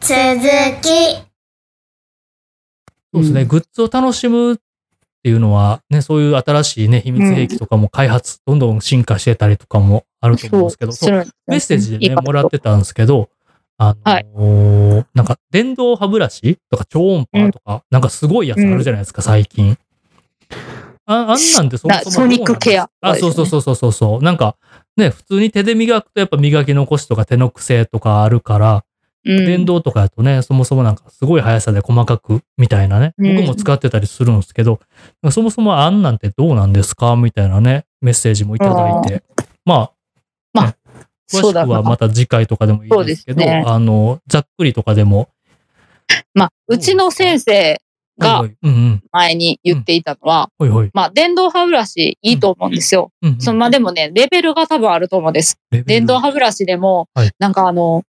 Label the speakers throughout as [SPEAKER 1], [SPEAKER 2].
[SPEAKER 1] 続き。
[SPEAKER 2] そうですね、グッズを楽しむっていうのは、ね、そういう新しいね、秘密兵器とかも開発、どんどん進化してたりとかもあると思うんですけど、そう
[SPEAKER 3] 面白いですね
[SPEAKER 2] メッセージで
[SPEAKER 3] いい
[SPEAKER 2] ね、
[SPEAKER 3] こと
[SPEAKER 2] もらってたんですけど、あのーなんか電動歯ブラシとか超音波とか、なんかすごいやつあるじゃないですか、最近。ああんなんでそもそも
[SPEAKER 3] なソニックケア
[SPEAKER 2] あ、そうそうそうそうそうそう。なんかね、普通に手で磨くとやっぱ磨き残しとか手の癖とかあるから、
[SPEAKER 3] うん
[SPEAKER 2] 電動とかだとね、そもそもなんかすごい速さで細かくみたいなね、
[SPEAKER 3] うん
[SPEAKER 2] 僕も使ってたりするんですけど、そもそもあんなんてどうなんですかみたいなね、メッセージもいただいて、まあ、
[SPEAKER 3] まあ
[SPEAKER 2] ね詳
[SPEAKER 3] そう
[SPEAKER 2] し
[SPEAKER 3] だ
[SPEAKER 2] くはまた次回とかでもいいですけど、
[SPEAKER 3] そうですね
[SPEAKER 2] あの、ざっくりとかでも、
[SPEAKER 3] まあ、うちの先生が
[SPEAKER 2] おいおいうんうん、
[SPEAKER 3] 前に言っていたのは、
[SPEAKER 2] ほいほい。
[SPEAKER 3] まあ、電動歯ブラシいいと思うんですよ。
[SPEAKER 2] うんうん
[SPEAKER 3] そのまあ、でもね、レベルが多分あると思うんです。
[SPEAKER 2] レベル
[SPEAKER 3] 電動歯ブラシでも、
[SPEAKER 2] はい
[SPEAKER 3] なんかあの、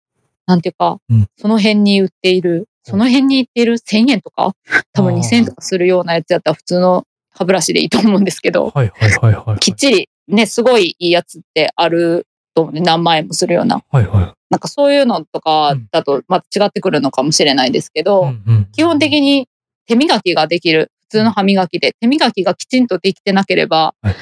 [SPEAKER 3] なんていうか、
[SPEAKER 2] うん
[SPEAKER 3] その辺に売っている、その辺に売っている1000円とか、多分
[SPEAKER 2] あー
[SPEAKER 3] 2000円とかするようなやつやったら普通の歯ブラシでいいと思うんですけど、
[SPEAKER 2] はいはいはいはい。
[SPEAKER 3] きっちり、ね、すごいいいやつってあると思うね。何万円もするような。
[SPEAKER 2] はいはい。
[SPEAKER 3] なんかそういうのとかだと、また違ってくるのかもしれないですけど、
[SPEAKER 2] うんうん
[SPEAKER 3] 基本的に手磨きができる普通の歯磨きで手磨きがきちんとできてなければ、
[SPEAKER 2] はい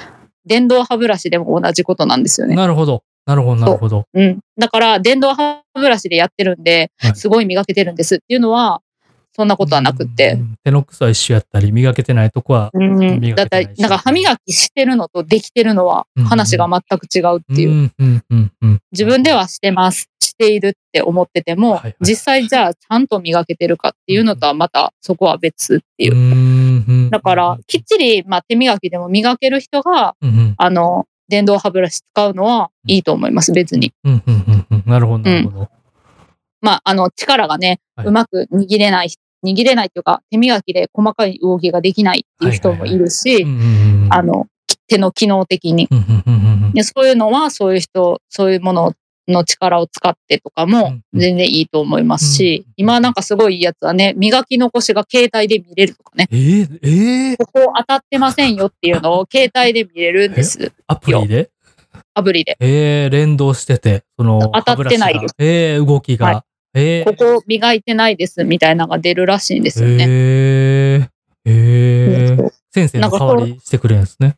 [SPEAKER 3] 電動歯ブラシでも同じことなんですよね。
[SPEAKER 2] なるほど。なるほど、なるほど。
[SPEAKER 3] うん、だから電動歯ブラシでやってるんで、
[SPEAKER 2] はい
[SPEAKER 3] すごい磨けてるんですっていうのはそんなことはなくって
[SPEAKER 2] う、ん。手の臭い一緒やったり、磨けてないとこは、
[SPEAKER 3] う
[SPEAKER 2] 磨けて
[SPEAKER 3] ん
[SPEAKER 2] ないし
[SPEAKER 3] だったりなんか歯磨きしてるのとできてるのは
[SPEAKER 2] うん
[SPEAKER 3] 話が全く違うっていう、
[SPEAKER 2] うんうんうんうん。
[SPEAKER 3] 自分ではしてますしているって思ってても、
[SPEAKER 2] はいはい
[SPEAKER 3] 実際じゃあちゃんと磨けてるかっていうのとはまたそこは別ってい
[SPEAKER 2] う。
[SPEAKER 3] う
[SPEAKER 2] んうん
[SPEAKER 3] だから、きっちり、まあ、手磨きでも磨ける人が、
[SPEAKER 2] うんうん
[SPEAKER 3] あの、電動歯ブラシ使うのはいいと思います、別に。
[SPEAKER 2] うんうんうんうんなるほど、なるほど。
[SPEAKER 3] まあ、あの、力がね、
[SPEAKER 2] はいう
[SPEAKER 3] まく握れない、握れないというか、手磨きで細かい動きができないっていう人もいるし
[SPEAKER 2] う、んうんうん
[SPEAKER 3] あの、き手の機能的に。
[SPEAKER 2] うんうんうんうん
[SPEAKER 3] でそういうのは、そういう人、そういうものの力を使ってとか
[SPEAKER 2] う
[SPEAKER 3] も
[SPEAKER 2] ん、
[SPEAKER 3] 全然いいと思いますし
[SPEAKER 2] うん、
[SPEAKER 3] 今なんかすごいいいやつはね、磨き残しが携帯で見れるとかね、
[SPEAKER 2] えー、えー
[SPEAKER 3] ここ当たってませんよっていうのを携帯で見れるんです、
[SPEAKER 2] アプリで
[SPEAKER 3] アプリで。
[SPEAKER 2] えー、連動してて、その、
[SPEAKER 3] 当たってな
[SPEAKER 2] 歯ブラシ
[SPEAKER 3] い
[SPEAKER 2] が
[SPEAKER 3] です
[SPEAKER 2] えー、動きが。
[SPEAKER 3] は
[SPEAKER 2] えー
[SPEAKER 3] ここ磨いてないですみたいなのが出るらしいんですよね。
[SPEAKER 2] えー、えー
[SPEAKER 3] そう
[SPEAKER 2] 先生の代わりしてくれるんですね。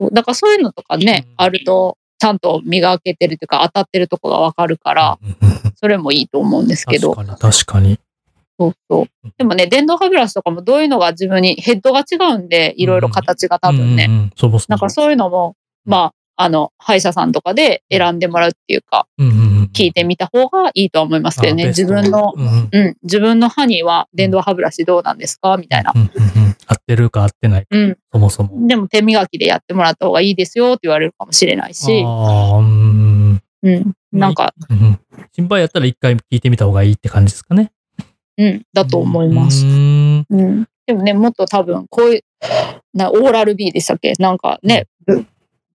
[SPEAKER 3] そうだからそういうのとかね、
[SPEAKER 2] うん
[SPEAKER 3] あると、ちゃんと磨けてるというか、当たってるとこがわかるから、
[SPEAKER 2] うんうんうん
[SPEAKER 3] それもいいと思うんですけど。
[SPEAKER 2] 確かに、確かに。
[SPEAKER 3] そうそう
[SPEAKER 2] うん。
[SPEAKER 3] でもね、電動歯ブラシとかもどういうのが自分に、ヘッドが違うんで、いろいろ形が多分ね。
[SPEAKER 2] うんうんうん、そもそも。
[SPEAKER 3] なんかそういうのも、まあ、あの、歯医者さんとかで選んでもらうっていうか、
[SPEAKER 2] うんうんうん、
[SPEAKER 3] 聞いてみた方がいいとは思いますけどね、
[SPEAKER 2] あベ
[SPEAKER 3] 自
[SPEAKER 2] スト
[SPEAKER 3] 分の、
[SPEAKER 2] うんうん
[SPEAKER 3] うん、自分の歯には電動歯ブラシどうなんですかみたいな。
[SPEAKER 2] うんうんうん合ってるか合ってないか、
[SPEAKER 3] うん。
[SPEAKER 2] そもそも。
[SPEAKER 3] でも手磨きでやってもらった方がいいですよって言われるかもしれないし、
[SPEAKER 2] あーうん
[SPEAKER 3] うん、なんか、
[SPEAKER 2] うん心配やったら一回聞いてみた方がいいって感じですかね。
[SPEAKER 3] うん、だと思います
[SPEAKER 2] う。ーん
[SPEAKER 3] うん、でもね、もっと多分、こういう、なオーラル B でしたっけなんかね、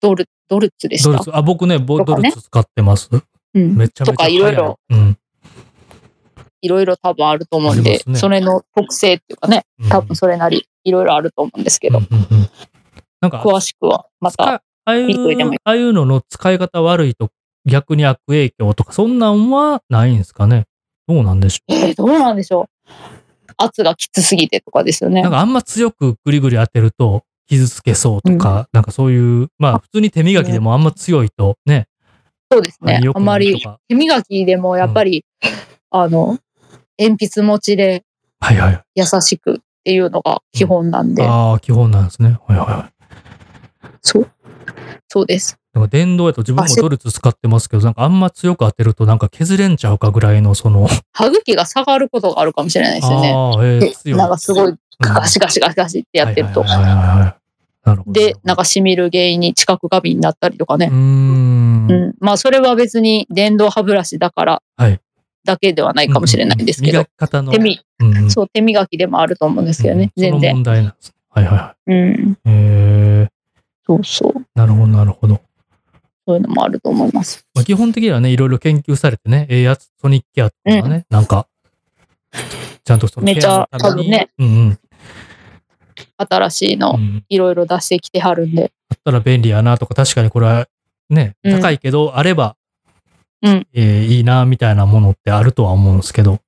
[SPEAKER 3] ドル、ドルツで
[SPEAKER 2] ド
[SPEAKER 3] し
[SPEAKER 2] ル
[SPEAKER 3] た。
[SPEAKER 2] ツあ僕ねボ
[SPEAKER 3] と
[SPEAKER 2] ド
[SPEAKER 3] かね
[SPEAKER 2] ルツ使ってます。
[SPEAKER 3] うん、
[SPEAKER 2] めちゃめちゃ
[SPEAKER 3] とかいろいろ
[SPEAKER 2] 早い。うん
[SPEAKER 3] いろいろ多分あると思うん
[SPEAKER 2] あり
[SPEAKER 3] で
[SPEAKER 2] ま、すね
[SPEAKER 3] それの特性っていうかね、
[SPEAKER 2] うん
[SPEAKER 3] 多分それなり、いろいろあると思うんですけど、
[SPEAKER 2] うんうんうんなんか
[SPEAKER 3] 詳しくはま
[SPEAKER 2] 使い
[SPEAKER 3] た、
[SPEAKER 2] ああい
[SPEAKER 3] 見といても
[SPEAKER 2] う
[SPEAKER 3] いい
[SPEAKER 2] ああいうのの使い方悪いと逆に悪影響とかそんなんはないんですかね。どうなんでしょ
[SPEAKER 3] えーどうなんでしょう。圧がきつすぎてとかですよ
[SPEAKER 2] う。
[SPEAKER 3] ね
[SPEAKER 2] なん。かあんま強くグリグリ当てると傷つけそうとか、なんかそういうまあ普通に手磨きでもあんま強いとね。
[SPEAKER 3] そうですね。
[SPEAKER 2] 良
[SPEAKER 3] あ
[SPEAKER 2] く
[SPEAKER 3] んま
[SPEAKER 2] ない
[SPEAKER 3] り
[SPEAKER 2] とか
[SPEAKER 3] 手磨きでもやっぱり、あの鉛筆持ちで
[SPEAKER 2] はいはい。
[SPEAKER 3] 優しくっていうのが基本なんで、
[SPEAKER 2] ああ、基本なんですね。はいはいはい。
[SPEAKER 3] そうそうです
[SPEAKER 2] なんか電動やと自分もドルツ使ってますけど、なんかあんま強く当てるとなんか削れんちゃうかぐらいのその、
[SPEAKER 3] 歯茎が下がることがあるかもしれないですよね
[SPEAKER 2] ああ、えー、強い。
[SPEAKER 3] なんかすごいガシガシガシガシってやってると、
[SPEAKER 2] はいはいはいはいはいなるほど。
[SPEAKER 3] でな
[SPEAKER 2] か、
[SPEAKER 3] んかしみる原因に知覚過敏になったりとか
[SPEAKER 2] うー
[SPEAKER 3] ね、
[SPEAKER 2] ん。
[SPEAKER 3] うんまあそれは別に電動歯ブラシだから
[SPEAKER 2] はい
[SPEAKER 3] だけではないかもしれないんですけど、
[SPEAKER 2] 磨き方の。
[SPEAKER 3] 手み
[SPEAKER 2] うんうん
[SPEAKER 3] そう手磨きでもあると思うんですけどね、
[SPEAKER 2] うん
[SPEAKER 3] 全
[SPEAKER 2] その
[SPEAKER 3] 然
[SPEAKER 2] 問題なんですね。はいはいはい。
[SPEAKER 3] うん
[SPEAKER 2] えー、
[SPEAKER 3] そうそう
[SPEAKER 2] なるほどなるほど。
[SPEAKER 3] そういうのもあると思います
[SPEAKER 2] まあ、基本的にはね、いろいろ研究されてね、ええやつ、ソニックケアとかね、なんか、ちゃんとその
[SPEAKER 3] めっちゃ
[SPEAKER 2] ケアのために
[SPEAKER 3] 多分ね。
[SPEAKER 2] うんうん
[SPEAKER 3] 新しいの、
[SPEAKER 2] うん。
[SPEAKER 3] いろいろ出してきてはるんで。
[SPEAKER 2] あったら便利やなとか、確かにこれはね、
[SPEAKER 3] うん
[SPEAKER 2] 高いけど、あれば、
[SPEAKER 3] うん
[SPEAKER 2] えーいいなみたいなものってあるとは思うんですけど、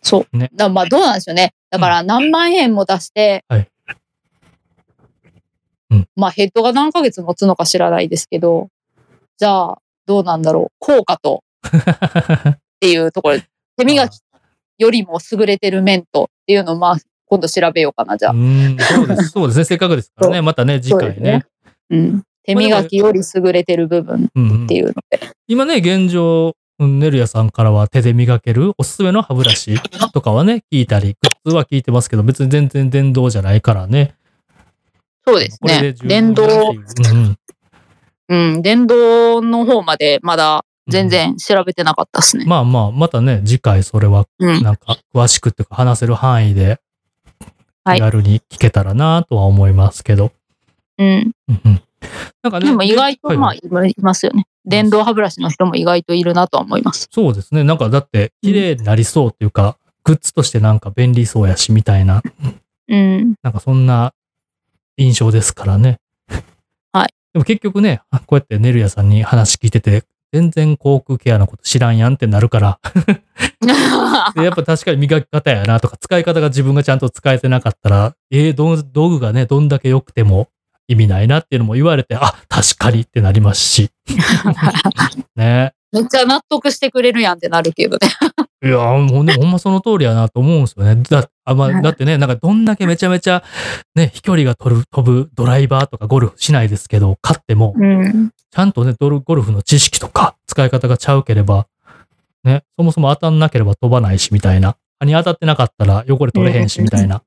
[SPEAKER 3] そう。
[SPEAKER 2] ね
[SPEAKER 3] だからまあどうなんでしょうね。だから何万円も出して、
[SPEAKER 2] はいうん
[SPEAKER 3] まあヘッドが何ヶ月持つのか知らないですけど、じゃあどうなんだろう。効果とっていうところで、手磨きよりも優れてる面とっていうのをまあ今度調べようかな、じゃ
[SPEAKER 2] う
[SPEAKER 3] あ。
[SPEAKER 2] ん、そうです。そうですね。せっかくですからね。
[SPEAKER 3] そ
[SPEAKER 2] またね、次
[SPEAKER 3] そうで
[SPEAKER 2] 回
[SPEAKER 3] す
[SPEAKER 2] ね
[SPEAKER 3] ね。うん。手磨きより優れてる部分
[SPEAKER 2] うんうん
[SPEAKER 3] っていうので。
[SPEAKER 2] 今ね、現状、うんネルヤさんからは手で磨けるおすすめの歯ブラシとかはね、聞いたり、グッズは聞いてますけど、別に全然電動じゃないからね。
[SPEAKER 3] そうです
[SPEAKER 2] これで
[SPEAKER 3] ね。
[SPEAKER 2] 十分
[SPEAKER 3] 電
[SPEAKER 2] だって
[SPEAKER 3] 動
[SPEAKER 2] い、う。うんうん
[SPEAKER 3] うん、電動の方までまだ全然調べてなかったですね。
[SPEAKER 2] まあまあ、またね、次回それは、
[SPEAKER 3] うん。
[SPEAKER 2] なんか、詳しくっていうか、話せる範囲で、
[SPEAKER 3] はい
[SPEAKER 2] 気軽に聞けたらなとは思いますけど。
[SPEAKER 3] うん。
[SPEAKER 2] うんうんなんかね、
[SPEAKER 3] でも意外
[SPEAKER 2] は
[SPEAKER 3] と
[SPEAKER 2] い
[SPEAKER 3] まあいますよね。電動歯ブラシの人も意外といるなとは思います。
[SPEAKER 2] そうですね。なんかだって、綺麗になりそうっていうか、グッズとしてなんか便利そうやし、みたいな、
[SPEAKER 3] うん。
[SPEAKER 2] なんかそんな印象ですからね。
[SPEAKER 3] はい。
[SPEAKER 2] でも結局ね、あこうやってネルヤさんに話聞いてて、全然口腔ケアのこと知らんやんってなるから、でやっぱ確かに磨き方やなとか、使い方が自分がちゃんと使えてなかったら、えーどん道具がね、どんだけ良くても意味ないなっていうのも言われて、あ、確かにってなりますし。ね。
[SPEAKER 3] めっちゃ納得してくれるやんってなるけどね。
[SPEAKER 2] いやーもうね、ほんまその通りやなと思うんですよね。だあまあだってね、なんかどんだけめちゃめちゃ、ね、飛距離が飛る飛ぶドライバーとかゴルフしないですけど、勝っても、
[SPEAKER 3] うん。
[SPEAKER 2] ちゃんとね、ドルゴルフの知識とか、使い方がちゃうければ、ね、そもそも当たんなければ飛ばないし、みたいな。歯に当たってなかったら汚れ取れへんし、みたいな。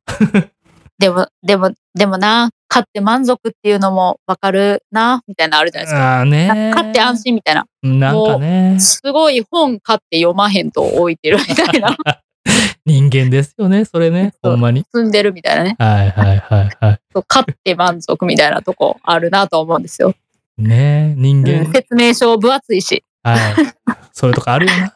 [SPEAKER 3] でも、でも、でもな、勝って満足っていうのもわかるな、みたいなのあるじゃないですか。
[SPEAKER 2] ああね
[SPEAKER 3] な勝って安心みたいな。
[SPEAKER 2] 心。なんかね、
[SPEAKER 3] すごい本買って読まへんと置いてるみたい な。
[SPEAKER 2] 人間ですよね、それね、
[SPEAKER 3] そう
[SPEAKER 2] ほんまに。
[SPEAKER 3] 積んでるみたいなね。
[SPEAKER 2] はいはいはいは
[SPEAKER 3] そう勝って満足みたいなとこあるなと思うんですよ。
[SPEAKER 2] い。ね人
[SPEAKER 3] う
[SPEAKER 2] 間
[SPEAKER 3] ん、。説明書分厚いし、
[SPEAKER 2] はい。それとかあるよな。そ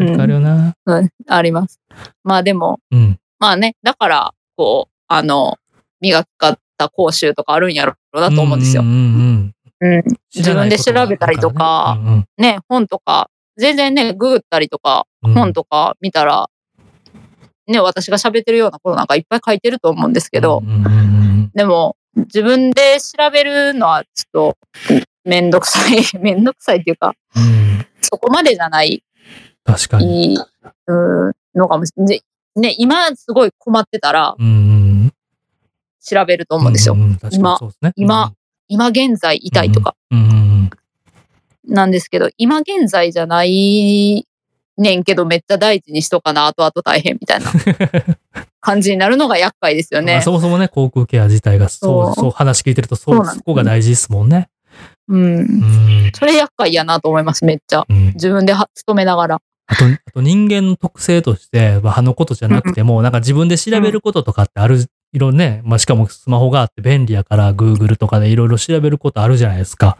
[SPEAKER 3] うん
[SPEAKER 2] れとかあるよな。
[SPEAKER 3] うん、あります。まあでも、
[SPEAKER 2] うん。
[SPEAKER 3] まあね、だから、こう、あの、磨き方講習とかあるんやろうなと思うんですよ。
[SPEAKER 2] うんうんうん
[SPEAKER 3] うん。
[SPEAKER 2] 知らないことがあ
[SPEAKER 3] 自分で調べ
[SPEAKER 2] る
[SPEAKER 3] た
[SPEAKER 2] からね
[SPEAKER 3] りとか
[SPEAKER 2] うんうん
[SPEAKER 3] ね、本とか、全然ね、ググったりとか、
[SPEAKER 2] うん
[SPEAKER 3] 本とか見たら、ね、私が喋ってるようなことなんかいっぱい書いてると思うんですけど、
[SPEAKER 2] うんうんうん
[SPEAKER 3] でも、自分で調べるのはちょっと、めんどくさい、 めんどくさいっていうか、
[SPEAKER 2] うんうん
[SPEAKER 3] そこまでじゃない、
[SPEAKER 2] 確かに。
[SPEAKER 3] いい、うん、のかもしれない。ね、今すごい困ってたら
[SPEAKER 2] うんうん。
[SPEAKER 3] 調べると思うんですよ。
[SPEAKER 2] んん確かに
[SPEAKER 3] 今
[SPEAKER 2] そうですね。
[SPEAKER 3] 今今現在痛いとか、
[SPEAKER 2] うんうんうん。
[SPEAKER 3] なんですけど、今現在じゃないねんけど、めっちゃ大事にしとかな、後々大変みたい な感じになるのが厄介ですよ
[SPEAKER 2] ま
[SPEAKER 3] ね
[SPEAKER 2] あ、。そもそもね、航空ケア自体が、そう、
[SPEAKER 3] そう
[SPEAKER 2] そう話聞いてると、そ、
[SPEAKER 3] そううなんです
[SPEAKER 2] そこが大事ですもんね。
[SPEAKER 3] うん
[SPEAKER 2] う。ん。
[SPEAKER 3] それ厄介やなと思います、めっちゃ。
[SPEAKER 2] うん、
[SPEAKER 3] 自分では勤めながら。
[SPEAKER 2] あと、あと人間の特性として、まあ、歯のことじゃなくても、なんか自分で調べることとかってある、いろいろね、まあ、しかもスマホがあって便利やから、Google とかでいろいろ調べることあるじゃないですか。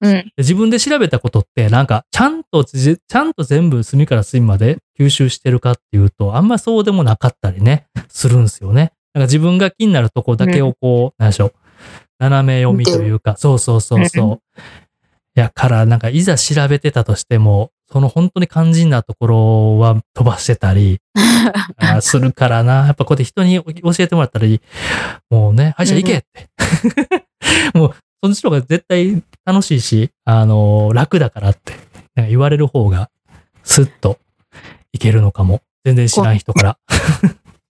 [SPEAKER 3] うん。
[SPEAKER 2] で自分で調べたことって、なんか、ちゃんとじ、ちゃんと全部隅から隅まで吸収してるかっていうと、あんまそうでもなかったりね、するんすよね。なんか自分が気になるとこだけをこう、なんでしょう、斜め読みというか、そうそうそうそう。いや、から、なんか、いざ調べてたとしても、その本当に肝心なところは飛ばしてたり、あーするからな。やっぱこうやって人に教えてもらったらいい。もうね、歯医者行けって。 もう、そっちの方が絶対楽しいし、あのー楽だからって、なんか言われる方が、スッといけるのかも。全然知らん人から。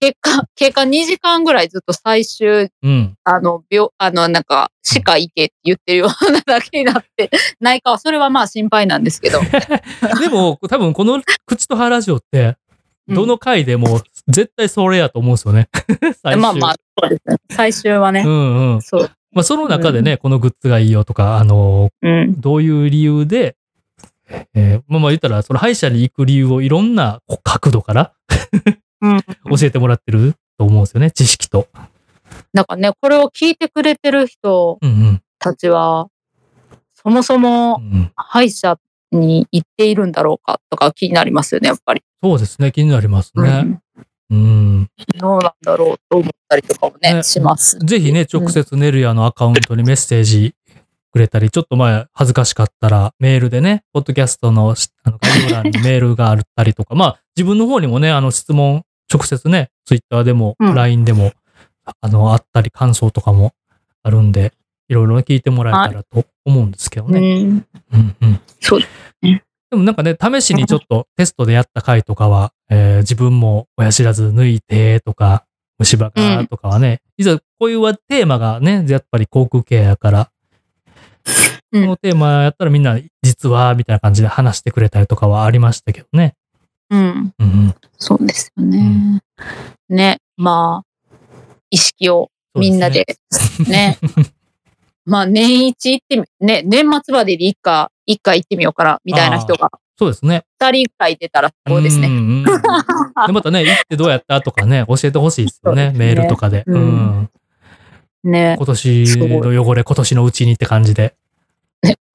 [SPEAKER 3] 結果、結果2時間ぐらいずっと最終、
[SPEAKER 2] うん。
[SPEAKER 3] あの、病、あの、なんか、歯科行けって言ってるようなだけになって、ないかは、それはまあ心配なんですけど。
[SPEAKER 2] でも、多分この口と歯ラジオって、
[SPEAKER 3] うん
[SPEAKER 2] どの回でも絶対それやと思うんですよ ね。最終
[SPEAKER 3] まあまあ、そうですね。最終はね
[SPEAKER 2] う。んうん。
[SPEAKER 3] そう。
[SPEAKER 2] まあ、その中でね、このグッズがいいよとか、あのー
[SPEAKER 3] うん。
[SPEAKER 2] どういう理由で、えーまあまあ言ったら、その歯医者に行く理由をいろんなこう角度から
[SPEAKER 3] うん。
[SPEAKER 2] 教えてもらってると思うんですよね、知識と。
[SPEAKER 3] なんかね、これを聞いてくれてる人
[SPEAKER 2] うん
[SPEAKER 3] たちは、そもそ
[SPEAKER 2] うん。う
[SPEAKER 3] も
[SPEAKER 2] ん、
[SPEAKER 3] 歯医者に行っているんだろうかとか気になりますよね、やっぱり。
[SPEAKER 2] そうですね、気になります
[SPEAKER 3] う
[SPEAKER 2] ね。
[SPEAKER 3] ん
[SPEAKER 2] うん。
[SPEAKER 3] どうなんだろうと思ったりとかもね、
[SPEAKER 2] ね
[SPEAKER 3] します。
[SPEAKER 2] ぜひね、直接ネルヤのアカウントにメッセージくれたり、ちょっと前恥ずかしかったらメールでね、ポッドキャストのしあの概要欄にメールがあったりとか、まあ自分の方にもね、あの質問、直接ね、ツイッターでも、
[SPEAKER 3] うん
[SPEAKER 2] LINE でも、あの、あったり、感想とかもあるんで、いろいろね聞いてもらえたらと思うんですけどね。
[SPEAKER 3] うん。
[SPEAKER 2] うんうん。
[SPEAKER 3] そうで
[SPEAKER 2] でもなんかね、試しにちょっとテストでやった回とかは、えー自分も親知らず抜いてとか、虫歯がとかはね、いざこういうはテーマがね、やっぱり航空系やから、
[SPEAKER 3] うん
[SPEAKER 2] このテーマやったらみんな実はみたいな感じで話してくれたりとかはありましたけどね。
[SPEAKER 3] うん。
[SPEAKER 2] うんうん
[SPEAKER 3] そうですよね。ね。まあ、意識を
[SPEAKER 2] そうすね
[SPEAKER 3] みんなで、 ね。まあ、年一行ってみ、ね、年末までで一回、一回行ってみようから、みたいな人が、
[SPEAKER 2] そうですね。
[SPEAKER 3] 二人くらい出たらそうですね。
[SPEAKER 2] んうんで、またね、行ってどうやったとかね、教えてほしいですよね、
[SPEAKER 3] そうです
[SPEAKER 2] メ
[SPEAKER 3] ね
[SPEAKER 2] ールとかで。
[SPEAKER 3] うん
[SPEAKER 2] うん
[SPEAKER 3] ね。
[SPEAKER 2] 今年の汚れ、今年のうちにって感じで。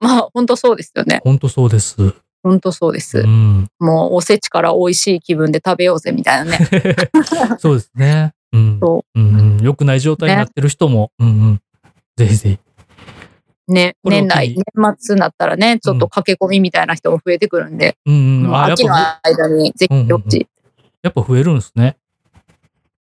[SPEAKER 3] まあ、本当そうですよね。
[SPEAKER 2] ほんとそうです。
[SPEAKER 3] 本当そうです。
[SPEAKER 2] うん。
[SPEAKER 3] もう、おせちから美味しい気分で食べようぜ、みたいな ね。
[SPEAKER 2] そうですね。うん。
[SPEAKER 3] そ
[SPEAKER 2] うんうん。良くない状態になってる人も、うんうん。ぜひぜひ。
[SPEAKER 3] ね。
[SPEAKER 2] これを機
[SPEAKER 3] 年
[SPEAKER 2] に
[SPEAKER 3] 内、年末になったらね、ちょっと駆け込みみたいな人も増えてくるんで、
[SPEAKER 2] うんうん。
[SPEAKER 3] もう
[SPEAKER 2] あ、やっ
[SPEAKER 3] 秋の
[SPEAKER 2] ぱ、
[SPEAKER 3] 間にぜひ来てほしい。
[SPEAKER 2] やっぱ増えるんですね。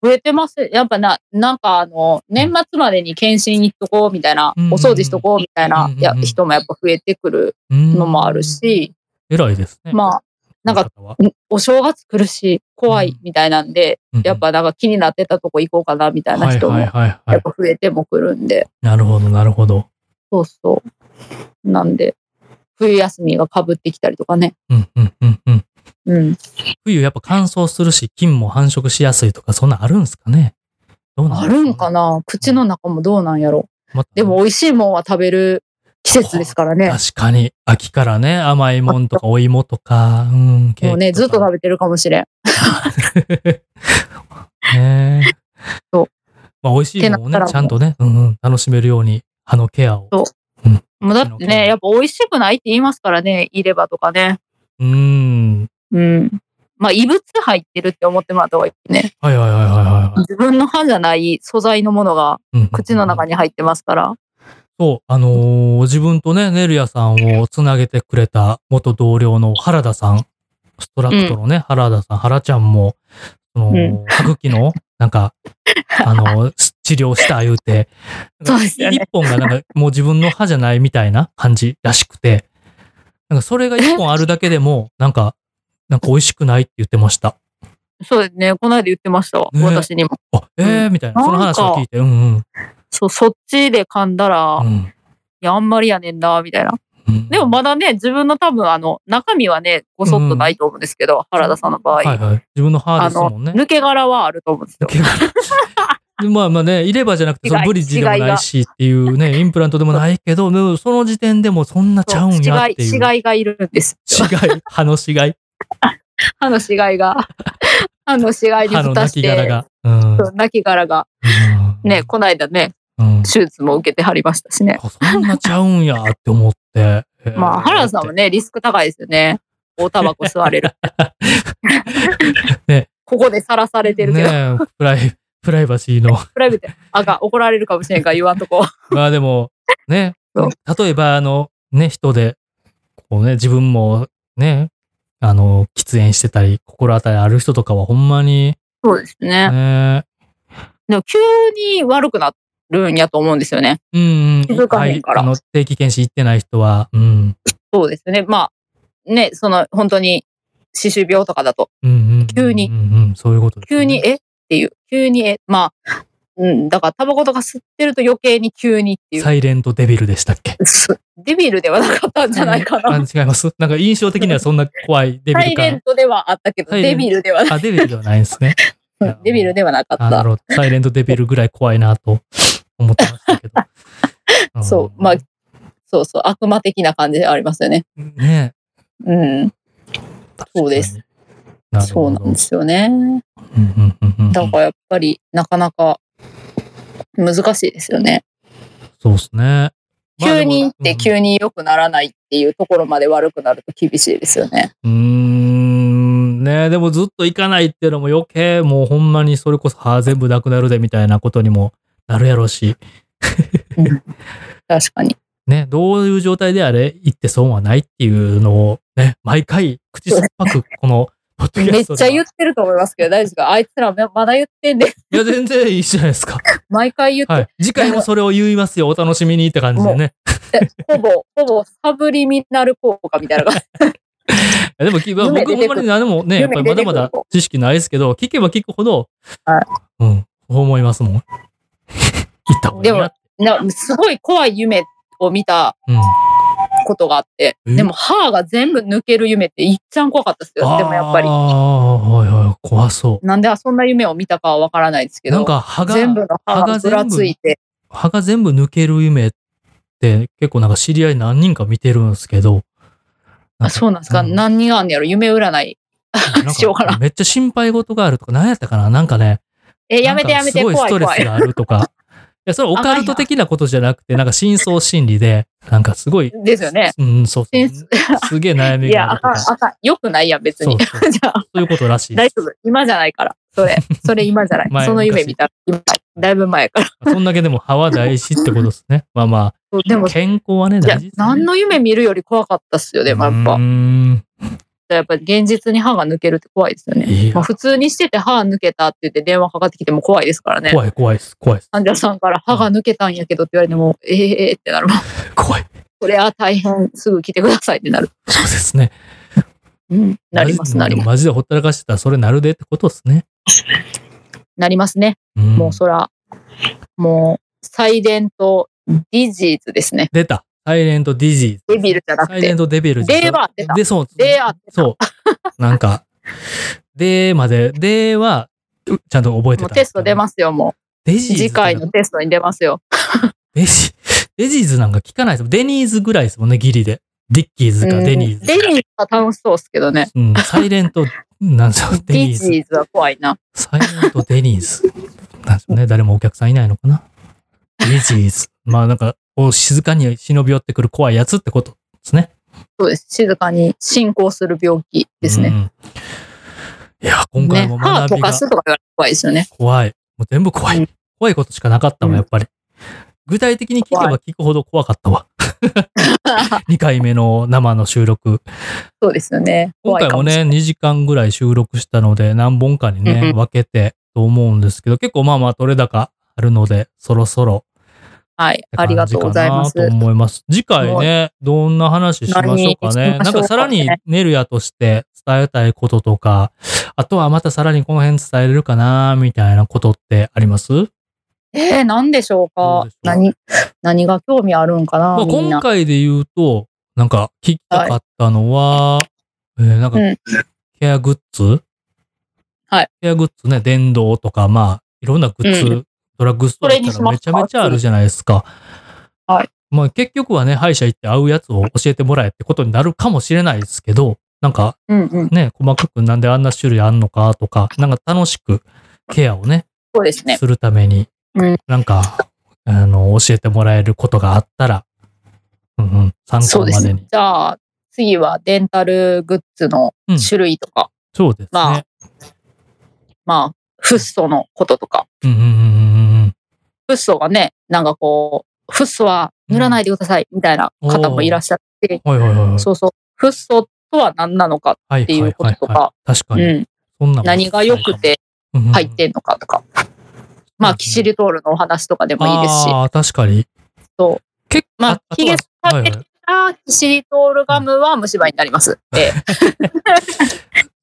[SPEAKER 3] 増えてます。やっぱな、なんかあの、年末までに検診行っとこうみたいな、
[SPEAKER 2] うんうん
[SPEAKER 3] お掃除しとこうみたいな、
[SPEAKER 2] うんうん
[SPEAKER 3] や人もやっぱ増えてくる
[SPEAKER 2] うん。
[SPEAKER 3] のもある。し、
[SPEAKER 2] 偉いですね。
[SPEAKER 3] まあ、なんか
[SPEAKER 2] この方は、
[SPEAKER 3] お正月来るし、怖
[SPEAKER 2] うん
[SPEAKER 3] いみたいなんで、
[SPEAKER 2] うんうん
[SPEAKER 3] やっ、ぱなんか気になってたとこ行こうかなみたいな
[SPEAKER 2] はい
[SPEAKER 3] 人も、
[SPEAKER 2] はい
[SPEAKER 3] や
[SPEAKER 2] はいは
[SPEAKER 3] っ
[SPEAKER 2] い。
[SPEAKER 3] ぱ増えてもくるんで、
[SPEAKER 2] なるほど、なるほど。
[SPEAKER 3] そうそう。なんで、冬休みがかぶってきたりとかね。
[SPEAKER 2] うんうんうんうん。
[SPEAKER 3] うん。
[SPEAKER 2] 冬やっぱ乾燥するし、菌も繁殖しやすいとか、そんなんあるんすかねどうなん
[SPEAKER 3] あ
[SPEAKER 2] ですね
[SPEAKER 3] るんかな口の中もどうなんやろ。
[SPEAKER 2] またね
[SPEAKER 3] でも美味しいもんは食べる季節ですからね。
[SPEAKER 2] 確かに、秋からね、甘いもんとかお芋とか、うん、ケーキ
[SPEAKER 3] もうね、ずっと
[SPEAKER 2] か
[SPEAKER 3] 食べてるかもしれん。
[SPEAKER 2] ねえ
[SPEAKER 3] そう。
[SPEAKER 2] まあ、美味しいものを
[SPEAKER 3] ってな
[SPEAKER 2] ね
[SPEAKER 3] ったら、もう
[SPEAKER 2] ちゃんとね、うんうん、楽しめるように、歯のケアを。
[SPEAKER 3] もうだってね、やっぱ美味しくないって言いますからね、入れ歯とかね。
[SPEAKER 2] うーん。
[SPEAKER 3] うん。まあ、異物入ってるって思ってもらった方がいいね。
[SPEAKER 2] はいはいはいはいはいはい
[SPEAKER 3] 自分の歯じゃない素材のものが
[SPEAKER 2] うんうん。
[SPEAKER 3] 口の中に入ってますから。
[SPEAKER 2] そう、あのー自分とね、ネルヤさんをつなげてくれた元同僚の原田さん、ストラクトのね、原田さん、原ちゃんも、その、
[SPEAKER 3] うん
[SPEAKER 2] 歯茎の、なんか、あ のーす治療した言うて、
[SPEAKER 3] そうですよね
[SPEAKER 2] 一本がなんか、もう自分の歯じゃないみたいな感じらしくて、なんかそれが一本あるだけでも、なんか、なんか美味しくないって言ってました。
[SPEAKER 3] そうですね。この間言ってましたわ。
[SPEAKER 2] ね
[SPEAKER 3] 私にも。
[SPEAKER 2] あ、えー、みたいな、その話を聞いて、うん
[SPEAKER 3] そう、そっちで噛んだら、
[SPEAKER 2] う
[SPEAKER 3] い
[SPEAKER 2] ん。
[SPEAKER 3] や、あんまりやねんな、みたいな。
[SPEAKER 2] うん、
[SPEAKER 3] でもまだね、自分の多分、あの、中身はね、ごそっとないと思うんですけど、原田さんの場合。
[SPEAKER 2] はいはい。自分の歯
[SPEAKER 3] あ
[SPEAKER 2] です
[SPEAKER 3] の、
[SPEAKER 2] もんね。
[SPEAKER 3] 抜け殻はあると思うんですよ。
[SPEAKER 2] でまあまあね、入れ歯じゃなくて、その
[SPEAKER 3] 違い
[SPEAKER 2] ブリッジでもないしっていうね、インプラントでもないけど、でもその時点でもうそんなちゃうん
[SPEAKER 3] 死
[SPEAKER 2] やっ
[SPEAKER 3] 骸、
[SPEAKER 2] ていう。
[SPEAKER 3] 死
[SPEAKER 2] 違い。
[SPEAKER 3] 骸がいるんですよ。
[SPEAKER 2] 歯の違い。
[SPEAKER 3] 歯の死骸 が、歯の死骸に
[SPEAKER 2] 歯の
[SPEAKER 3] 蓋
[SPEAKER 2] 亡
[SPEAKER 3] して、
[SPEAKER 2] き殻が。うん。
[SPEAKER 3] そう亡き殻が、ね、こないだね、
[SPEAKER 2] うん。
[SPEAKER 3] 手術も受けてはりましたしね。
[SPEAKER 2] あそんなちゃうんやって思って。
[SPEAKER 3] まあ、原田さんも
[SPEAKER 2] ね。。
[SPEAKER 3] ね、リスク高いですよね。大タバコ吸われる
[SPEAKER 2] ね
[SPEAKER 3] ここでさらされてるけど、
[SPEAKER 2] ねえプライ、プライバシー の。
[SPEAKER 3] プライベート、あかん怒られるかもしれんから言わんとこ。
[SPEAKER 2] まあでも、ね、
[SPEAKER 3] そう
[SPEAKER 2] 例えば、あの、ね、人で、こうね、自分もね、あの、喫煙してたり、心当たりある人とかはほんまに、
[SPEAKER 3] そうですね。
[SPEAKER 2] ね、
[SPEAKER 3] でも急に悪くなるんやと思うんですよね。
[SPEAKER 2] うん、
[SPEAKER 3] 気づかへんから
[SPEAKER 2] はいあの定期検診行ってない人は、うん。
[SPEAKER 3] そうですね。まあ、ね、その、本当に、歯周病とかだと、
[SPEAKER 2] うんうんうん
[SPEAKER 3] 急に
[SPEAKER 2] うんうん、そういうことです
[SPEAKER 3] 急
[SPEAKER 2] ね、
[SPEAKER 3] に、えっていう、急に、え、まあ、うん、だから、タバコとか吸ってると余計に急にっていう。
[SPEAKER 2] サイレントデビルでしたっけ
[SPEAKER 3] すデビルではなかったんじゃないか
[SPEAKER 2] あ
[SPEAKER 3] な。
[SPEAKER 2] 違います。なんか印象的にはそんな怖いデビ
[SPEAKER 3] サイ
[SPEAKER 2] ル
[SPEAKER 3] レン
[SPEAKER 2] 感。
[SPEAKER 3] トではあったけど、
[SPEAKER 2] サイレン
[SPEAKER 3] デビルではな
[SPEAKER 2] あ、デビルではないんです ね。いや
[SPEAKER 3] デビルではなかっ
[SPEAKER 2] あな
[SPEAKER 3] た
[SPEAKER 2] る。ほど。サイレントデビルぐらい怖いなと思ってましたけど。
[SPEAKER 3] そう、まあ、そうそう、悪魔的な感じではありますよね。
[SPEAKER 2] うん。ね
[SPEAKER 3] うん、そうで。す
[SPEAKER 2] 確かに
[SPEAKER 3] そうなんで。すよね。
[SPEAKER 2] なるほどうんうんうんうん
[SPEAKER 3] だからやっぱりなかなか難しいですよね。
[SPEAKER 2] そうですね。まあ
[SPEAKER 3] 急にっ
[SPEAKER 2] で
[SPEAKER 3] て
[SPEAKER 2] も
[SPEAKER 3] 急に良くならないっていうところまで悪くなると厳しいですよね。
[SPEAKER 2] うーん、ねでもずっと行かないっていうのも余計もうほんまにそれこそ歯全部なくなるでみたいなことにもなるやろうし、
[SPEAKER 3] 確かに。
[SPEAKER 2] ね、どういう状態であれ行って損はないっていうのをね、毎回口酸っぱくこのポッドキ
[SPEAKER 3] め
[SPEAKER 2] ャ
[SPEAKER 3] っ
[SPEAKER 2] スト
[SPEAKER 3] ちゃ言ってると思いますけど、大丈夫ですかあいつらまだ言ってんで、
[SPEAKER 2] いや、全然いいじゃないですか。
[SPEAKER 3] 毎回言って、
[SPEAKER 2] はい。次回もそれを言いますよ。お楽しみにって感じでね。
[SPEAKER 3] ほぼ、ほぼサブリミナル効果みたいなのが。
[SPEAKER 2] いやでもき、まあ
[SPEAKER 3] 夢
[SPEAKER 2] 僕
[SPEAKER 3] 出
[SPEAKER 2] ほ
[SPEAKER 3] て
[SPEAKER 2] ん
[SPEAKER 3] く
[SPEAKER 2] ま
[SPEAKER 3] る
[SPEAKER 2] に何もね、やっぱりまだま
[SPEAKER 3] 夢出
[SPEAKER 2] だ
[SPEAKER 3] てくる
[SPEAKER 2] 知識ないですけど、聞けば聞くほど、
[SPEAKER 3] はい
[SPEAKER 2] うん、思いますもん。行った方がいいなって。
[SPEAKER 3] なすごい怖い夢を見た
[SPEAKER 2] うん。
[SPEAKER 3] ことがあって、
[SPEAKER 2] え
[SPEAKER 3] でも歯が全部抜ける夢っていっちゃん怖かったですよ。でもやっぱり
[SPEAKER 2] あ。あ、はいはい。怖そ
[SPEAKER 3] なんでそんな夢を見たかはわからないです
[SPEAKER 2] う。
[SPEAKER 3] けど。
[SPEAKER 2] なんか歯が、
[SPEAKER 3] 全部の歯
[SPEAKER 2] 歯が
[SPEAKER 3] がぶらついて。
[SPEAKER 2] 歯が全部抜ける夢って結構なんか知り合い何人か見てるんですけ ど、
[SPEAKER 3] あそうなんですか、
[SPEAKER 2] うん
[SPEAKER 3] 何があんねやろ夢占い。
[SPEAKER 2] なん
[SPEAKER 3] しようかな
[SPEAKER 2] かめっちゃ心配事があるとか、何やったかななんかね、
[SPEAKER 3] え、やめてやめて、
[SPEAKER 2] なんか
[SPEAKER 3] 怖い
[SPEAKER 2] すごいスト
[SPEAKER 3] 怖
[SPEAKER 2] レス
[SPEAKER 3] い。
[SPEAKER 2] があるとか。いや、それオカルト的なことじゃなくて、なんか深層心理で、なんかすごい、
[SPEAKER 3] ですよね。
[SPEAKER 2] うん、そうそう
[SPEAKER 3] 深
[SPEAKER 2] すげえ悩み
[SPEAKER 3] いや、
[SPEAKER 2] があると
[SPEAKER 3] あかん、
[SPEAKER 2] か。そ
[SPEAKER 3] あかん。よくないやん、別に。
[SPEAKER 2] そうそ
[SPEAKER 3] じゃあ、
[SPEAKER 2] ういうことらしいで
[SPEAKER 3] 大
[SPEAKER 2] す。
[SPEAKER 3] 丈夫。今じゃないから。それ、それ今じゃない。
[SPEAKER 2] 前
[SPEAKER 3] その夢見たら、今、だいぶ前から。
[SPEAKER 2] そんだけでも歯は大事ってことですね。まあま
[SPEAKER 3] そうでも
[SPEAKER 2] あ、、健康はね、
[SPEAKER 3] いや
[SPEAKER 2] 大事です、ね。
[SPEAKER 3] 何の夢見るより怖かったっすよ、でもやっぱ
[SPEAKER 2] うー。ん
[SPEAKER 3] やっぱ現実に歯が抜けるって怖いですよね。
[SPEAKER 2] いや
[SPEAKER 3] まあ、普通にしてて歯抜けたって言って電話かかってきても怖いですからね。
[SPEAKER 2] 怖い怖いです。怖いです。
[SPEAKER 3] 患者さんから歯が抜けたんやけどって言われても、えええってなるもん。
[SPEAKER 2] 怖い。
[SPEAKER 3] これは大変、すぐ来てくださいってなる。
[SPEAKER 2] そうですね。
[SPEAKER 3] うん、なりま
[SPEAKER 2] マジ
[SPEAKER 3] す、なります。
[SPEAKER 2] マジでほったらかしてたらそれなるでってことですね。
[SPEAKER 3] なりますね。
[SPEAKER 2] うん
[SPEAKER 3] もうそら、もう、サイレントディジーズですね。
[SPEAKER 2] 出た。サイレントディジーズ。
[SPEAKER 3] デビルじゃな
[SPEAKER 2] サ
[SPEAKER 3] く
[SPEAKER 2] イレン
[SPEAKER 3] て。
[SPEAKER 2] トデビルズ
[SPEAKER 3] デーは出た
[SPEAKER 2] で、そう。
[SPEAKER 3] デーは出た
[SPEAKER 2] そう。なんか、でまで、では、うちゃんと覚えて
[SPEAKER 3] もう
[SPEAKER 2] た。
[SPEAKER 3] テスト出ますよ、も
[SPEAKER 2] デ
[SPEAKER 3] う。
[SPEAKER 2] ジーズって
[SPEAKER 3] 次回のテストに出ますよ。
[SPEAKER 2] デジ、デジーズなんか聞かないですもん。デニーズぐらいですもんね、ギリで。ディッキーズか
[SPEAKER 3] うん
[SPEAKER 2] デニーズか
[SPEAKER 3] デ。ニーズは楽しそうですけどね。
[SPEAKER 2] うん、サイレント、なんでしょう、
[SPEAKER 3] デ
[SPEAKER 2] デニ
[SPEAKER 3] ィ
[SPEAKER 2] ー
[SPEAKER 3] ジ
[SPEAKER 2] ズ。
[SPEAKER 3] ーズは怖いな。
[SPEAKER 2] サイレントデニーズ。なんでしょうね、誰もお客さんいないのかな。デジーズ。まあなんか、こう静かに忍び寄ってくる怖いやつってことですね。
[SPEAKER 3] そうです。静かに進行する病気ですね。
[SPEAKER 2] うん。いや、今回も
[SPEAKER 3] ね歯
[SPEAKER 2] 学
[SPEAKER 3] 溶
[SPEAKER 2] び
[SPEAKER 3] か
[SPEAKER 2] が
[SPEAKER 3] すとか言われて怖いですよね。
[SPEAKER 2] 怖い。もう全部怖い。
[SPEAKER 3] うん
[SPEAKER 2] 怖いことしかなかった
[SPEAKER 3] う
[SPEAKER 2] わ、
[SPEAKER 3] ん
[SPEAKER 2] やっぱり。具体的に聞けば聞くほど怖かったわ。2回目の生の収録。
[SPEAKER 3] そうですよね。
[SPEAKER 2] 今
[SPEAKER 3] 怖い
[SPEAKER 2] 回
[SPEAKER 3] か
[SPEAKER 2] も
[SPEAKER 3] もしれ
[SPEAKER 2] ね、
[SPEAKER 3] ない
[SPEAKER 2] 2時間ぐらい収録したので、何本かに
[SPEAKER 3] うん
[SPEAKER 2] ね
[SPEAKER 3] う、ん
[SPEAKER 2] 分けてと思うんですけど、結構まあまあ取れ高あるので、そろそろ
[SPEAKER 3] はい。
[SPEAKER 2] って
[SPEAKER 3] あ
[SPEAKER 2] 感
[SPEAKER 3] り
[SPEAKER 2] じ
[SPEAKER 3] がとうございま
[SPEAKER 2] かな
[SPEAKER 3] す
[SPEAKER 2] と。思います。次回ね、どんな話しましょうか
[SPEAKER 3] 何
[SPEAKER 2] ね。
[SPEAKER 3] しましょうかね
[SPEAKER 2] なんかさらにネルヤとして伝えたいこととか、あとはまたさらにこの辺伝えれるかな、みたいなことってあります
[SPEAKER 3] えー、何でしょう
[SPEAKER 2] どう
[SPEAKER 3] か
[SPEAKER 2] でしょう
[SPEAKER 3] 何、何が興味あるんかな
[SPEAKER 2] まあ、
[SPEAKER 3] みん
[SPEAKER 2] 今
[SPEAKER 3] な。
[SPEAKER 2] 回で言うと、なんか聞きたかったのは、えーなんか
[SPEAKER 3] うん
[SPEAKER 2] ケアグッズ
[SPEAKER 3] はい。
[SPEAKER 2] ケアグッズね、電動とか、まあ、いろんなグッズ、
[SPEAKER 3] う
[SPEAKER 2] ドラッグストアだった
[SPEAKER 3] それにし
[SPEAKER 2] ら
[SPEAKER 3] ま
[SPEAKER 2] め
[SPEAKER 3] す
[SPEAKER 2] ちゃ
[SPEAKER 3] か
[SPEAKER 2] めちゃあるじゃないですか。
[SPEAKER 3] はい。
[SPEAKER 2] まあ、結局はね、歯医者行って合うやつを教えてもらえってことになるかもしれないですけど、なんか
[SPEAKER 3] うんうん。
[SPEAKER 2] ね、細かくなんであんな種類あんのかとか、なんか楽しくケアをね、
[SPEAKER 3] そうですね。
[SPEAKER 2] するために、
[SPEAKER 3] うん
[SPEAKER 2] なんか、あの、教えてもらえることがあったら、うんうん、参
[SPEAKER 3] そ
[SPEAKER 2] 考
[SPEAKER 3] うで
[SPEAKER 2] ますで
[SPEAKER 3] ね
[SPEAKER 2] に。。
[SPEAKER 3] じゃあ、次はデンタルグッズの
[SPEAKER 2] うん
[SPEAKER 3] 種類とか、
[SPEAKER 2] そうですね。
[SPEAKER 3] まあまあ、フッ素のこととか。
[SPEAKER 2] うんうんうんうんうん。
[SPEAKER 3] フッ素がね、なんかこう、フッ素は塗らないでください、みたいな方もいらっしゃって、
[SPEAKER 2] はいはいはいはい。
[SPEAKER 3] そうそう。フッ素とは何なのかっ
[SPEAKER 2] はい
[SPEAKER 3] ていうことと
[SPEAKER 2] はいはいは
[SPEAKER 3] か、
[SPEAKER 2] い確か
[SPEAKER 3] う
[SPEAKER 2] に。
[SPEAKER 3] ん、
[SPEAKER 2] そんなもん
[SPEAKER 3] 何が良くて入ってんのかとか。まあ、キシリトールのお話とかでもいいですし。
[SPEAKER 2] ああ、確かに。
[SPEAKER 3] そう。
[SPEAKER 2] 結構、
[SPEAKER 3] まあ
[SPEAKER 2] とは
[SPEAKER 3] ヒゲ
[SPEAKER 2] はいはい
[SPEAKER 3] あキシリトールガムは虫歯になります。で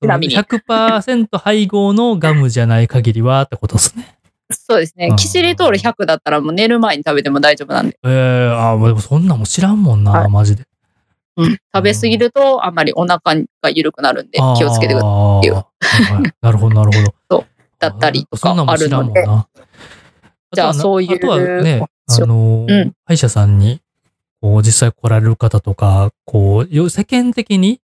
[SPEAKER 3] ちなみに
[SPEAKER 2] 100%配合のガムじゃない限りはってことですね。
[SPEAKER 3] そうです
[SPEAKER 2] う
[SPEAKER 3] ね
[SPEAKER 2] ん。
[SPEAKER 3] キシリトール100だったらもう寝る前に食べても大丈夫なんで。
[SPEAKER 2] ええああ、でもそんなんも知らんもんな、
[SPEAKER 3] はい
[SPEAKER 2] マジで。
[SPEAKER 3] うん食べ過ぎるとあんまりお腹が緩くなるんで気をつけてください。
[SPEAKER 2] さ
[SPEAKER 3] っていう
[SPEAKER 2] なるほど、なるほど。
[SPEAKER 3] そうだったりとか
[SPEAKER 2] そんなんも知らんもんな
[SPEAKER 3] あるじゃ
[SPEAKER 2] とはな
[SPEAKER 3] あそういう
[SPEAKER 2] あとはね、あ
[SPEAKER 3] そう
[SPEAKER 2] のー
[SPEAKER 3] うん
[SPEAKER 2] 歯医者さんに、こう、実際来られる方とか、こう、よ世間的に、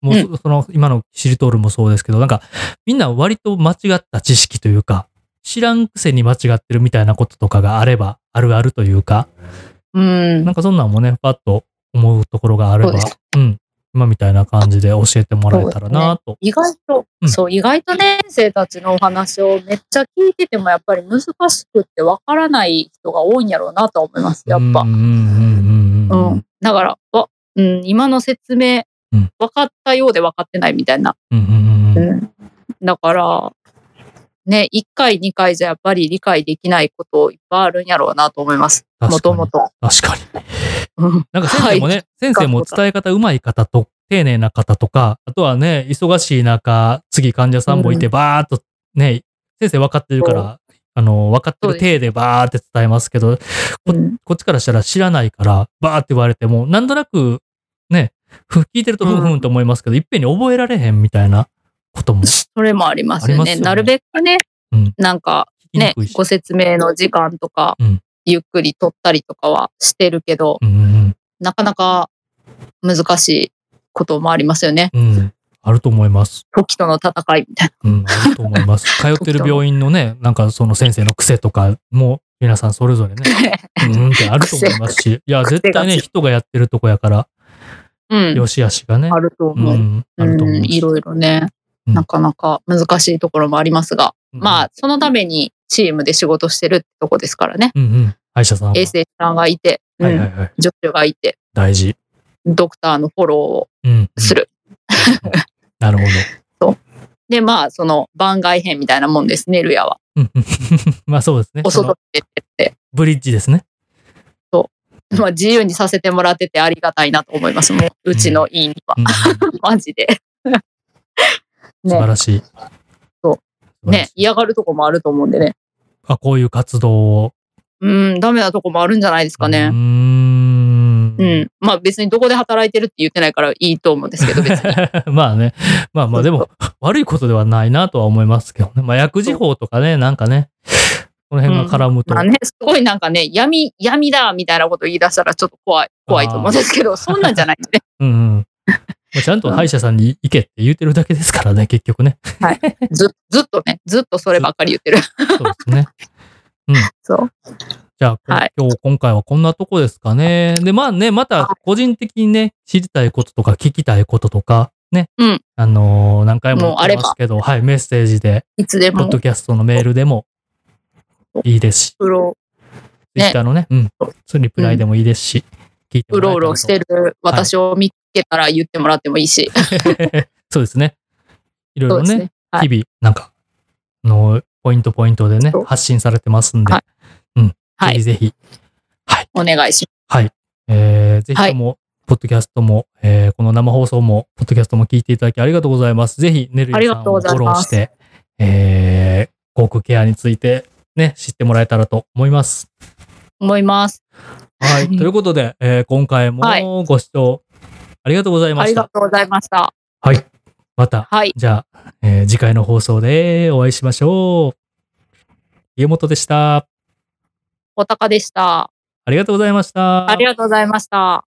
[SPEAKER 2] もうそ、その、今のキシリトールもそうですけど、なんか、みんな割と間違った知識というか、知らんくせに間違ってるみたいなこととかがあれば、あるあるというか、
[SPEAKER 3] うん
[SPEAKER 2] な。んかそんなんもね、パッと思うところがあれば、
[SPEAKER 3] そ
[SPEAKER 2] う
[SPEAKER 3] うで
[SPEAKER 2] ん、今みたいな感じで教えてもらえたらなと。
[SPEAKER 3] 意外と、
[SPEAKER 2] うん
[SPEAKER 3] そう、意外と年生たちのお話をめっちゃ聞いててもやっぱり難しくってわからない人が多いんやろうなとは思います。やっぱ
[SPEAKER 2] う。んうんうんうんうん
[SPEAKER 3] うん。だから、わうん、今の説明
[SPEAKER 2] うん
[SPEAKER 3] 分かったようで分かってないみたいな。
[SPEAKER 2] うんうんうんうん
[SPEAKER 3] うんだから、ね、1回、2回じゃやっぱり理解できないこといっぱいあるんやろうなと思います。も
[SPEAKER 2] 確か
[SPEAKER 3] と
[SPEAKER 2] に
[SPEAKER 3] もと。
[SPEAKER 2] 確かに。
[SPEAKER 3] うん
[SPEAKER 2] なんか先生もね、先生も伝え方うまい方と、丁寧な方とか、あとはね、忙しい中、次患者さんもいて、バーっとね、先生分かってるから、あの、分かってる体でバーって伝えますけど、
[SPEAKER 3] うん
[SPEAKER 2] こっちからしたら知らないから、バーって言われても、なんとなく、ね、ふ聞いてるとふんふんと思いますけど、いっぺんに覚えられへんみたいなことも聞
[SPEAKER 3] それもありま
[SPEAKER 2] あ
[SPEAKER 3] すよ
[SPEAKER 2] りま
[SPEAKER 3] ね。
[SPEAKER 2] すよね
[SPEAKER 3] なるべくね、
[SPEAKER 2] うん
[SPEAKER 3] なんか
[SPEAKER 2] きに
[SPEAKER 3] ね
[SPEAKER 2] くいし。、
[SPEAKER 3] ご説明の時間とか、
[SPEAKER 2] うん
[SPEAKER 3] ゆっくり取ったりとかはしてるけど、
[SPEAKER 2] うんうん
[SPEAKER 3] なかなか難しいこともありますよね。
[SPEAKER 2] うん、うん。あると思います。
[SPEAKER 3] 時との戦いみたい
[SPEAKER 2] うん、あると思います。 通ってる病院のね、なんかその先生の癖とかも、皆さんそれぞれ ね、うんってあると思いますし、いや、絶対ね、
[SPEAKER 3] 癖が
[SPEAKER 2] 人がやってるとこやから、
[SPEAKER 3] な。うん。
[SPEAKER 2] よしあしがね
[SPEAKER 3] あ、ると
[SPEAKER 2] う
[SPEAKER 3] 思う。
[SPEAKER 2] ん、あると
[SPEAKER 3] う、
[SPEAKER 2] 思うんし。
[SPEAKER 3] いろいろね、
[SPEAKER 2] うん
[SPEAKER 3] なかなか難しいところもありますが、
[SPEAKER 2] うん
[SPEAKER 3] まあ、、そのためにチームで仕事してるってとこですからね。
[SPEAKER 2] うんうん、歯医者さんは。
[SPEAKER 3] 衛生士さんがいて、うん
[SPEAKER 2] はいはいはい、
[SPEAKER 3] 助手がいて、
[SPEAKER 2] 大事。
[SPEAKER 3] ドクターのフォローを
[SPEAKER 2] うん、うん
[SPEAKER 3] する。
[SPEAKER 2] なるほど。
[SPEAKER 3] で、まあ、その番外編みたいなもんですね、ルヤは。
[SPEAKER 2] うん うんまあそうですね。
[SPEAKER 3] お
[SPEAKER 2] そ
[SPEAKER 3] 外
[SPEAKER 2] の
[SPEAKER 3] に出てって、
[SPEAKER 2] ブリッジですね。
[SPEAKER 3] まあ、自由にさせてもらっててありがたいなと思います。もう、うちの委員は
[SPEAKER 2] う。んうん
[SPEAKER 3] マジで。
[SPEAKER 2] 素晴
[SPEAKER 3] ね
[SPEAKER 2] らしい。
[SPEAKER 3] そう
[SPEAKER 2] 素晴ら
[SPEAKER 3] ね
[SPEAKER 2] し、い。
[SPEAKER 3] 嫌がるとこもあると思うんでね。
[SPEAKER 2] あ、こういう活動を。
[SPEAKER 3] うん、ダメなとこもあるんじゃないですか
[SPEAKER 2] うー
[SPEAKER 3] ね。
[SPEAKER 2] ん
[SPEAKER 3] う。ん。まあ別にどこで働いてるって言ってないからいいと思うんで すけど、別に。
[SPEAKER 2] まあね。まあまあ、で も、悪いことではないなとは思いますけどね。まあ、薬事法とかね、なんかね、この辺が絡むと。
[SPEAKER 3] まあね、すごいなんかね、闇、闇だみたいなこと言い出したらちょっと怖い、怖いと思うんです けど、そんなんじゃないんでね。
[SPEAKER 2] うんうん。まあちゃんと歯医者さんに行けって言ってるだけですからね、結局ね。
[SPEAKER 3] ずずっとね、ずっとそればっかり言ってる。
[SPEAKER 2] そうですね。
[SPEAKER 3] そう。
[SPEAKER 2] じゃあ、こ
[SPEAKER 3] はい
[SPEAKER 2] 今日、今回はこんなとこですかね。で、まあね、また個人的にね、知りたいこととか聞きたいこととか、ね。
[SPEAKER 3] うん
[SPEAKER 2] あのー何回も
[SPEAKER 3] も
[SPEAKER 2] 言
[SPEAKER 3] う
[SPEAKER 2] っ
[SPEAKER 3] あ
[SPEAKER 2] て
[SPEAKER 3] れ
[SPEAKER 2] ま
[SPEAKER 3] ば
[SPEAKER 2] すけど、はい、メッセージで、
[SPEAKER 3] いつで
[SPEAKER 2] ポッ
[SPEAKER 3] も
[SPEAKER 2] ド、キャストのメールでもいいですし、
[SPEAKER 3] うろ
[SPEAKER 2] ツイ
[SPEAKER 3] ね
[SPEAKER 2] ッターのね、うん、そうリプライでもいいですし、聞いて
[SPEAKER 3] う
[SPEAKER 2] もらえた
[SPEAKER 3] ろう
[SPEAKER 2] らと
[SPEAKER 3] ろしてる私を見つけたら言ってもらってもいいし。
[SPEAKER 2] そうですね。いろい
[SPEAKER 3] そう
[SPEAKER 2] ろ
[SPEAKER 3] です
[SPEAKER 2] ね、
[SPEAKER 3] ね。はい
[SPEAKER 2] 日々、なんか、あの、ポイントポイントでね
[SPEAKER 3] そう、
[SPEAKER 2] 発信されてますんで、
[SPEAKER 3] は
[SPEAKER 2] うん、
[SPEAKER 3] は
[SPEAKER 2] ぜひ
[SPEAKER 3] い。
[SPEAKER 2] ぜひ、
[SPEAKER 3] お願いし
[SPEAKER 2] えーぜひ
[SPEAKER 3] はい
[SPEAKER 2] とも、ポッドキャストも、えーこの生放送も、ポッドキャストも聞いていただきありがとうございます。ぜひ、ねる
[SPEAKER 3] あ
[SPEAKER 2] ゆ
[SPEAKER 3] り
[SPEAKER 2] さ
[SPEAKER 3] が
[SPEAKER 2] ん
[SPEAKER 3] と
[SPEAKER 2] を
[SPEAKER 3] うご
[SPEAKER 2] フ
[SPEAKER 3] ざい
[SPEAKER 2] ォロー
[SPEAKER 3] ます
[SPEAKER 2] して、えー、口腔ケアについて、ね、知ってもらえたらと思います。
[SPEAKER 3] ます。思います。
[SPEAKER 2] は。
[SPEAKER 3] はいい
[SPEAKER 2] ということで、えー今回
[SPEAKER 3] はい
[SPEAKER 2] もご視聴ありがとうございま
[SPEAKER 3] あ
[SPEAKER 2] し
[SPEAKER 3] り
[SPEAKER 2] た。
[SPEAKER 3] がとうございました。
[SPEAKER 2] はい。また、
[SPEAKER 3] はい。
[SPEAKER 2] じゃあ、えー次回の放送でお会いしましょう。家元でした。
[SPEAKER 3] おたかでした。
[SPEAKER 2] ありがとうございました。
[SPEAKER 3] ありがとうございました。